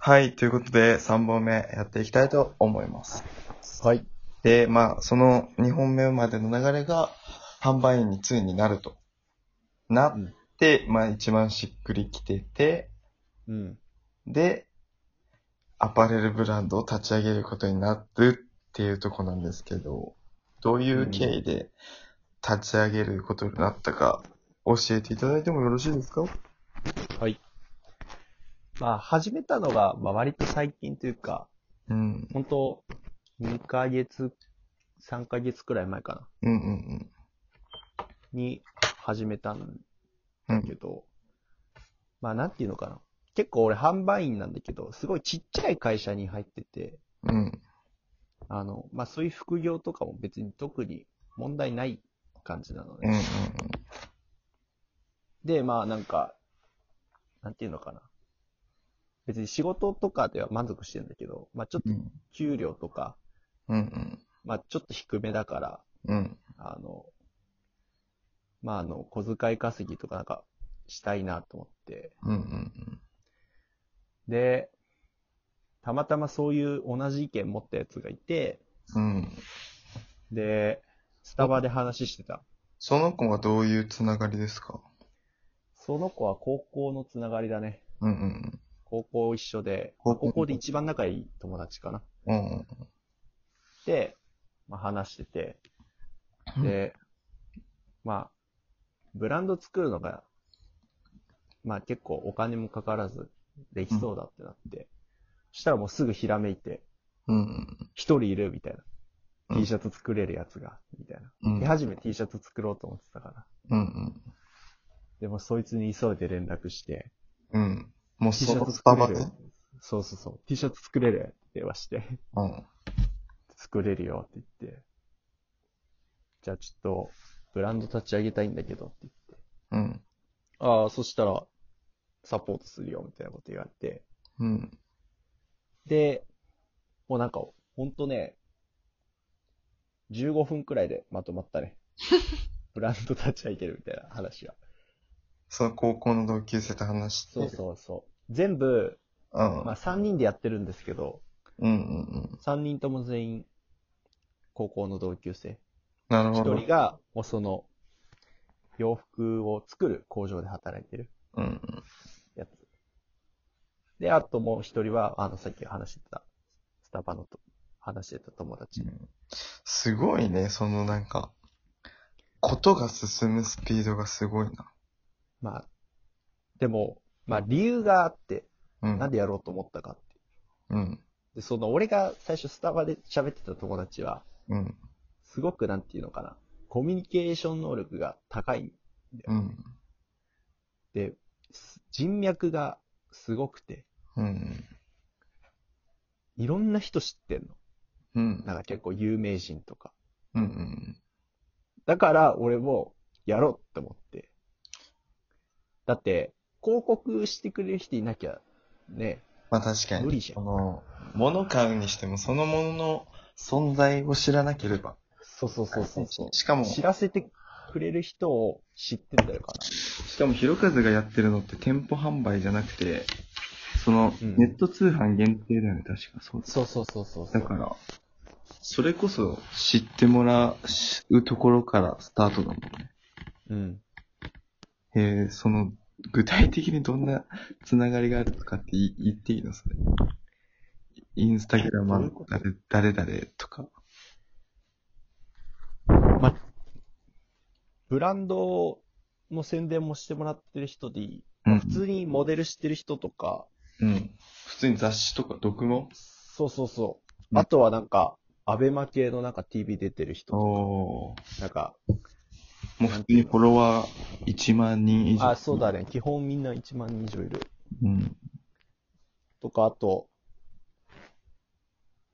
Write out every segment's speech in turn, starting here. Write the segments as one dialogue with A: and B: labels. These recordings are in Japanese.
A: はい、ということで3本目やっていきたいと思います。
B: はい。
A: で、まあ、その2本目までの流れが、販売員についになると。なって、まあ、一番しっくりきてて、
B: うん。
A: で、アパレルブランドを立ち上げることになるっていうとこなんですけど、どういう経緯で立ち上げることになったか、教えていただいてもよろしいですか
B: まあ、始めたのが、まあ、割と最近というか、
A: うん。
B: 本当2ヶ月、3ヶ月くらい前かな、
A: うんうん
B: に始めたん
A: うん。う
B: だけ
A: ん。
B: ど、まあ、なんていうのかな。結構俺販売員なんだけど、すごいちっちゃい会社に入ってて、
A: うん。
B: あの、まあ、そういう副業とかも別に特に問題ない感じなのね。
A: うんうん
B: で、まあなんか、なんていうのかな。別に仕事とかでは満足してるんだけど、まあちょっ
A: う
B: と
A: ん。
B: 給料とか、
A: うんうん。
B: まあちょっと低めだから、
A: うん。
B: あの、まああの、小遣い稼ぎとかなんかしたいなと思って。
A: うんうん。
B: で、たまたまそういう同じ意見持ったやつがいて、
A: うん。
B: で、スタバで話してた。
A: その子はどういうつながりですか
B: その子は高校のつながりだね。
A: うんうん
B: 高校一緒で、
A: 高
B: 高
A: 校
B: 校で一番仲いい友達かな。
A: うん。うん
B: で、まあ、話してて、
A: うん。
B: で、まあ、ブランド作るのが、まあ結構お金もかからずできそうだってなって、そしたらもうすぐひらめいて、
A: うん
B: 一人いるみたいな。
A: うん
B: T シャツ作れるやつが、みたいな。
A: うん。
B: 手始め T シャツ作ろうと思ってたから。
A: うん
B: でもそいつに急いで連絡して、
A: うん。うん。もう
B: T
A: そ
B: シャ
A: の
B: ツ
A: スタ
B: 作
A: バ
B: れ
A: で
B: る。そうそうそう。T シャツ作れるって電話して、
A: うん。
B: 作れるよって言って、じゃあちょっと、ブランド立ち上げたいんだけどって言って
A: うん。
B: ああ、そしたら、サポートするよ、みたいなこと言われて。
A: うん。
B: で、もうなんか、ほんとね、15分くらいでまとまったね。 ブランド立ち上げるみたいな話は。
A: その高校の同級生と話して。
B: そうそうそう。全部、
A: うん。
B: まあ3人でやってるんですけど、
A: うんうんうん。
B: 3人とも全員、高校の同級生。
A: なる
B: 1
A: ほど。
B: 人が、もうその、洋服を作る工場で働いてる
A: うん。
B: やつ。で、あともう一人は、あの、さっき話してた、スタバのと話してた友達。
A: すごいね、そのなんか、ことが進むスピードがすごいな。
B: まあ、でも、まあ理由があって、
A: うん。
B: なんでやろうと思ったかって。
A: うん。
B: で、その、俺が最初スタバで喋ってた友達は、
A: うん。
B: すごくなんていうのかな、コミュニケーション能力が高い。
A: うん。
B: で、す人脈がすごくて、
A: うん。
B: いろんな人知ってんの。
A: うん。
B: なんか結構有名人とか。
A: うんうん。
B: だから俺もやろうって思って。だって、広告してくれる人いなきゃ、ね、
A: まあ確かに。
B: 無理じゃ
A: そ
B: ん。
A: の、物買うにしても、そのものの存在を知らなければ。
B: そうそうそうそうそう。
A: しかも、
B: 知
A: し
B: らせてくれる人を知ってんだよか
A: かも、ひろかずがやってるのって店舗販売じゃなくて、その、
B: うん
A: ネット通販限定だよね、確かそう
B: な。そうそうそうそう
A: だから、それこそ知ってもらうところからスタートだもんね。
B: うん。
A: えー、その、具体的にどんなつながりがあるとかってい言っていいのそれ。インスタグラ
B: どうい
A: マ
B: うこ
A: ー、誰誰々とか。
B: ブランドの宣伝もしてもらってる人でいい。
A: うん
B: 普通にモデル知ってる人とか、
A: うん。普通に雑誌とか、読も
B: そうそうそうう。
A: ん
B: あとはなんか、アベマ系のなんか TV 出てる人と
A: おー。
B: か、なんか、
A: もう普通にフォロワー1万人以上。
B: あ、そうだね。基本みんな1万人以上いる。
A: うん。
B: とか、あと、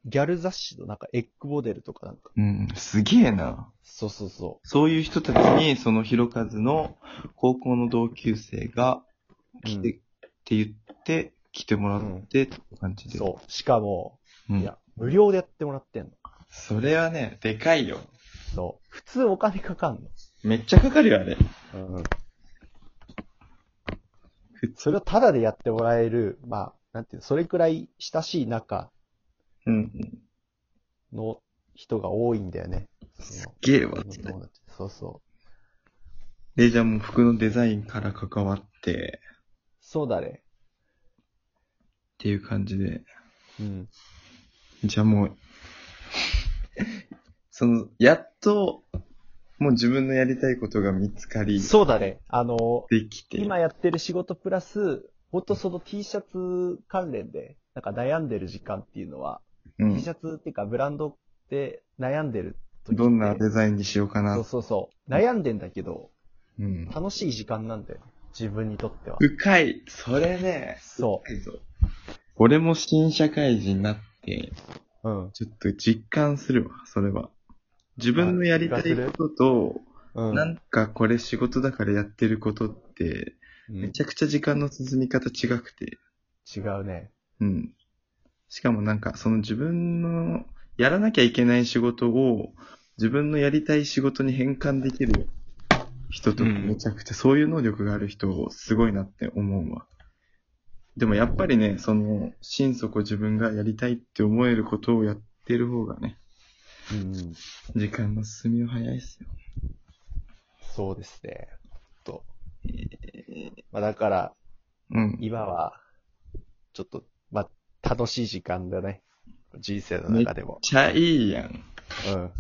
B: ギャル雑誌のなんかエッグモデルとかなんか。
A: うん。すげえな。
B: そうそうそ
A: そういう人たちに、そのひろかずの高校の同級生が
B: う。
A: 来て、って言って、来てもらって、って感じ
B: うん
A: で。
B: そう。しかも、
A: うん。
B: いや、無料でやってもらってんの。
A: それはね、でかいよ。
B: そう。普通お金かかん
A: めっちゃかかるよ、あれ。
B: の。うん。
A: 普
B: それをタダでやってもらえる、まあ、なんていうの、それくらい親しい中
A: うん。
B: の人が多いんだよね。その
A: ゲーは、
B: 自分の友達そうそう。
A: レジャーも服のデザインから関わって、
B: そうだ
A: っ
B: ね。
A: ていう感じで。
B: うん。
A: じゃあもう、その、やっと、もう自分のやりたいことが見つかり、
B: そうだね。あの、
A: できて。
B: 今やってる仕事プラス、ほんとその T シャツ関連で、なんか悩んでる時間っていうのは、
A: うん
B: T シャツっていうかブランドで悩んでる時って
A: どんなデザインにしようかな。
B: そうそうそう。悩んでんだけど、
A: うん。
B: 楽しい時間なんだよね。自分にとっては。
A: 深い。それね。
B: そ
A: 深いぞ。俺も新社会人になって、
B: う。うん。
A: ちょっと実感するわ、それは。自分のやりたいことと、
B: うん。
A: なんかこれ仕事だからやってることって、
B: うん
A: めちゃくちゃ時間の進み方違くて、
B: 違うね。
A: うん。しかもなんか、その自分のやらなきゃいけない仕事を、自分のやりたい仕事に変換できる人とか
B: うん
A: めちゃくちゃそういう能力がある人すごいなって思うわ。でもやっぱりね、その、心底自分がやりたいって思えることをやってる方がね、
B: うん。
A: 時間の進みは早いっすよ。
B: そうですね。と。
A: え
B: まあだから、
A: うん。
B: 今は、ちょっと、まあ、楽しい時間だね。人生の中でも。
A: ちゃいいやん。
B: うん。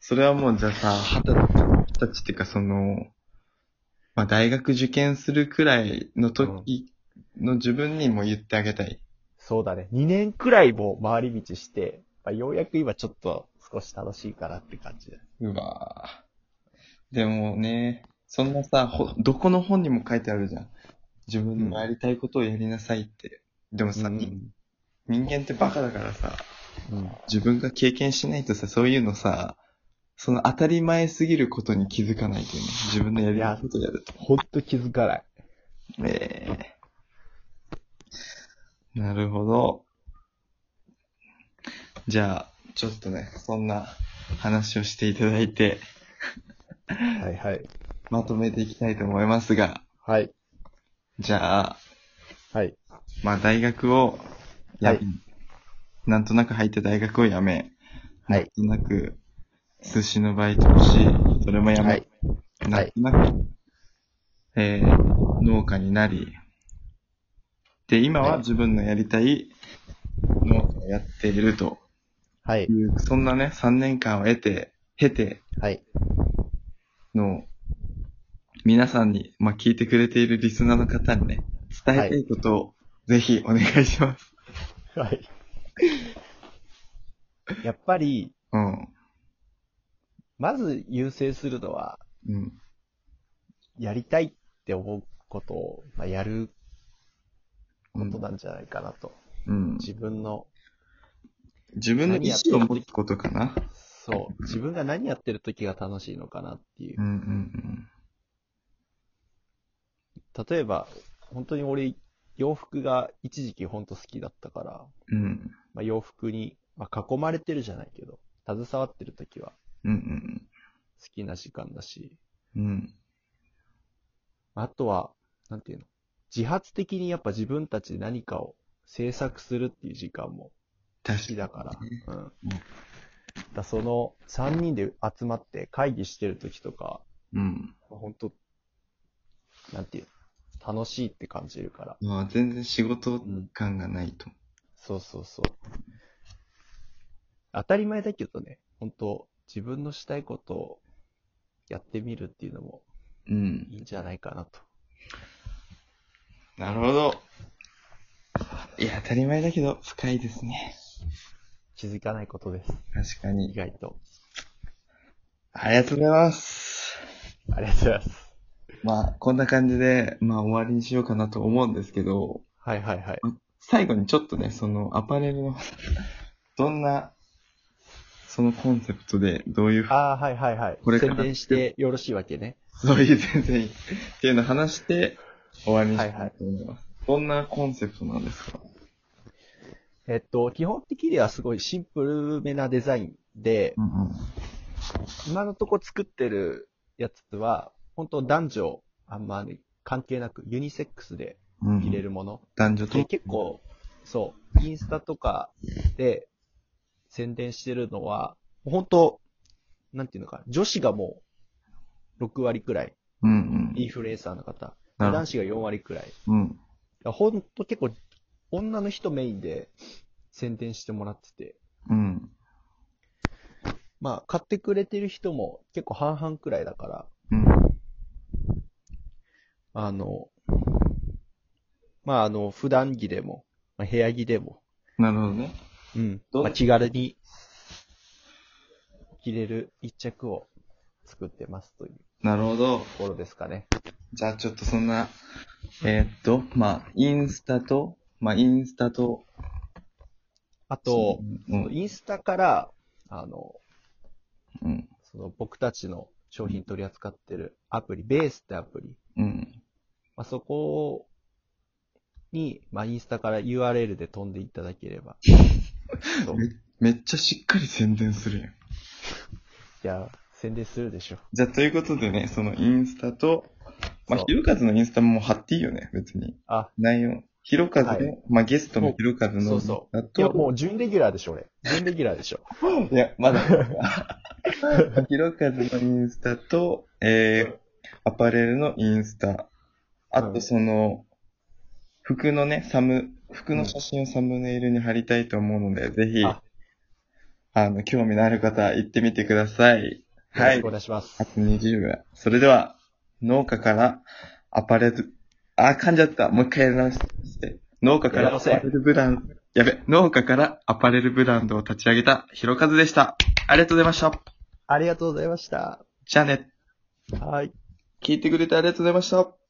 A: それはもうじゃあさ、二十歳二十歳っていうかその、まあ大学受験するくらいの時の自分にも言ってあげたい。
B: そうだね。2年くらいもう回り道して、まあ、ようやく今ちょっと少し楽しいかなって感じだ。
A: うわぁ。でもね、そんなさ、ほどこの本にも書いてあるじゃん。自分のやりたいことをやりなさいって。でもさ、人
B: ん。
A: 人間ってバカだからさ、
B: うん。
A: 自分が経験しないとさ、そういうのさ、その当たり前すぎることに気づかないというね。自分のやりたいことをやると。
B: ほんと気づかない。
A: ええなるほど。じゃあ、ちょっとね、そんな話をしていただいて、
B: はいはい。
A: まとめていきたいと思いますが、
B: はい。
A: じゃあ、
B: はい。
A: まあ大学をやめ、
B: はい
A: なんとなく入って大学をやめ、
B: はい
A: なんとなく寿司のバイトをし、それもやめ、
B: はい
A: なんとなく、えー、農家になり、で、今は自分のやりたい農家をやっていると
B: はい
A: い。う、そんなね、3年間を得て、経て
B: はい。
A: の、皆さんに、まあ、聞いてくれているリスナーの方にね、伝えたいことを、ぜひお願いします。
B: はい。 やっぱり、
A: うん。
B: まず優先するのは、
A: うん。
B: やりたいって思うことを、まあ、やる
A: う
B: こ
A: ん
B: となんじゃないかなと。
A: うん。
B: 自分の、
A: 自分の意思を持つことかな。
B: そう、自分が何やってる時が楽しいのかなっていう
A: う。んうん
B: 例えば、本当に俺、洋服が一時期本当好きだったから、
A: うん。うん。
B: まあ、洋服に、まあ、囲まれてるじゃないけど、携わってる時は
A: うん
B: 好きな時間だし、
A: うんうん。うん。
B: あとは、なんていうの、自発的にやっぱ自分たちで何かを制作するっていう時間も好
A: 確
B: きだから、うん。
A: ん
B: だからその3人で集まって会議してる時とか、
A: うん。
B: 本当なんていうの、楽しいって感じるから。
A: まあ、全然仕事感がないと。
B: そうそうそう。当たり前だけどね、本当自分のしたいことをやってみるっていうのも
A: うん。
B: いいんじゃないかなと。
A: なるほど。いや、当たり前だけど、深いですね。
B: 気づかないことです。
A: 確か
B: 意
A: に。
B: 外と。
A: ありがとうございます。
B: ありがとうございます。
A: まあ、こんな感じで、まあ、終わりにしようかなと思うんですけど、
B: はいはいはい。
A: 最後にちょっとね、その、アパレルの、 どんな、そのコンセプトで、どういうふうに
B: ああ、はいはいはい。
A: これから
B: 宣伝してよろしいわけね。
A: そういう全然いい。っていうのを話して、終わりにしたいと思います。どんなコンセプトなんですか
B: えっと、基本的にはすごいシンプルめなデザインで、
A: うんうん。
B: 今のとこ作ってるやつは、本当男女あんまり関係なくユニセックスで
A: うん。
B: 入れるもの。
A: 男女と
B: で、結構、そう、インスタとかで宣伝してるのは、本当なんていうのか、女子がもう6割くらい、
A: うんうん。
B: インフルエンサーの方。
A: なるほ
B: 男子が4割くらい。
A: ど。うん。
B: 本当結構、女の人メインで宣伝してもらってて、
A: うん。
B: まあ、買ってくれてる人も結構半々くらいだから、
A: うん。
B: あの、まあ、あの、普段着でも、まあ、部屋着でも、
A: なるほどね。
B: うん。
A: どん
B: まあ、気軽に着れる一着を作ってますという
A: なるほど。
B: ところですかね。
A: じゃあちょっとそんな、えーっと、まあ、インスタと、まあ、インスタと、
B: あと、
A: うん、
B: インスタから、あの、
A: うん、
B: その僕たちの商品取り扱ってるアプリ、ベースってアプリ、
A: うん、
B: まあ、そこに、まあ、インスタから URL で飛んでいただけれ ば。そうい
A: めっちゃしっかり宣伝するやん。
B: や、宣伝するで しょ。
A: じゃあ、ということでね、そのインスタと、まあ
B: そう、
A: ひろかずのインスタも貼っていいよね、別に。
B: あ、
A: 内容。ひろかずの、
B: は
A: まあ、ゲストのひろかずの
B: そ
A: イン
B: う
A: ス
B: そ
A: タ
B: う。いや、も
A: と、
B: う準レギュラーでしょ、俺。準レギュラーでしょ。
A: いや、まだ、 ひろかずのインスタと、えー、アパレルのインスタ。あ
B: う
A: と、
B: ん
A: その、服のね、サム、服の写真をサムネイルに貼りたいと思うので、ぜひ、
B: あ
A: あの、興味のある方、行ってみてください。
B: よろ
A: は
B: し
A: い
B: くお。願いします。
A: あと20秒。それでは、農家からアパレル、あ、噛んじゃった。もう一回やり直して。農家か
B: やり
A: ら
B: 直
A: ア
B: せ
A: パレルブランド、やべ、農家からアパレルブランドを立ち上げたひろかずでした。ありがとうございました。
B: ありがとうございました。
A: じゃあね、
B: はい。
A: 聞いてくれてありがとうございました。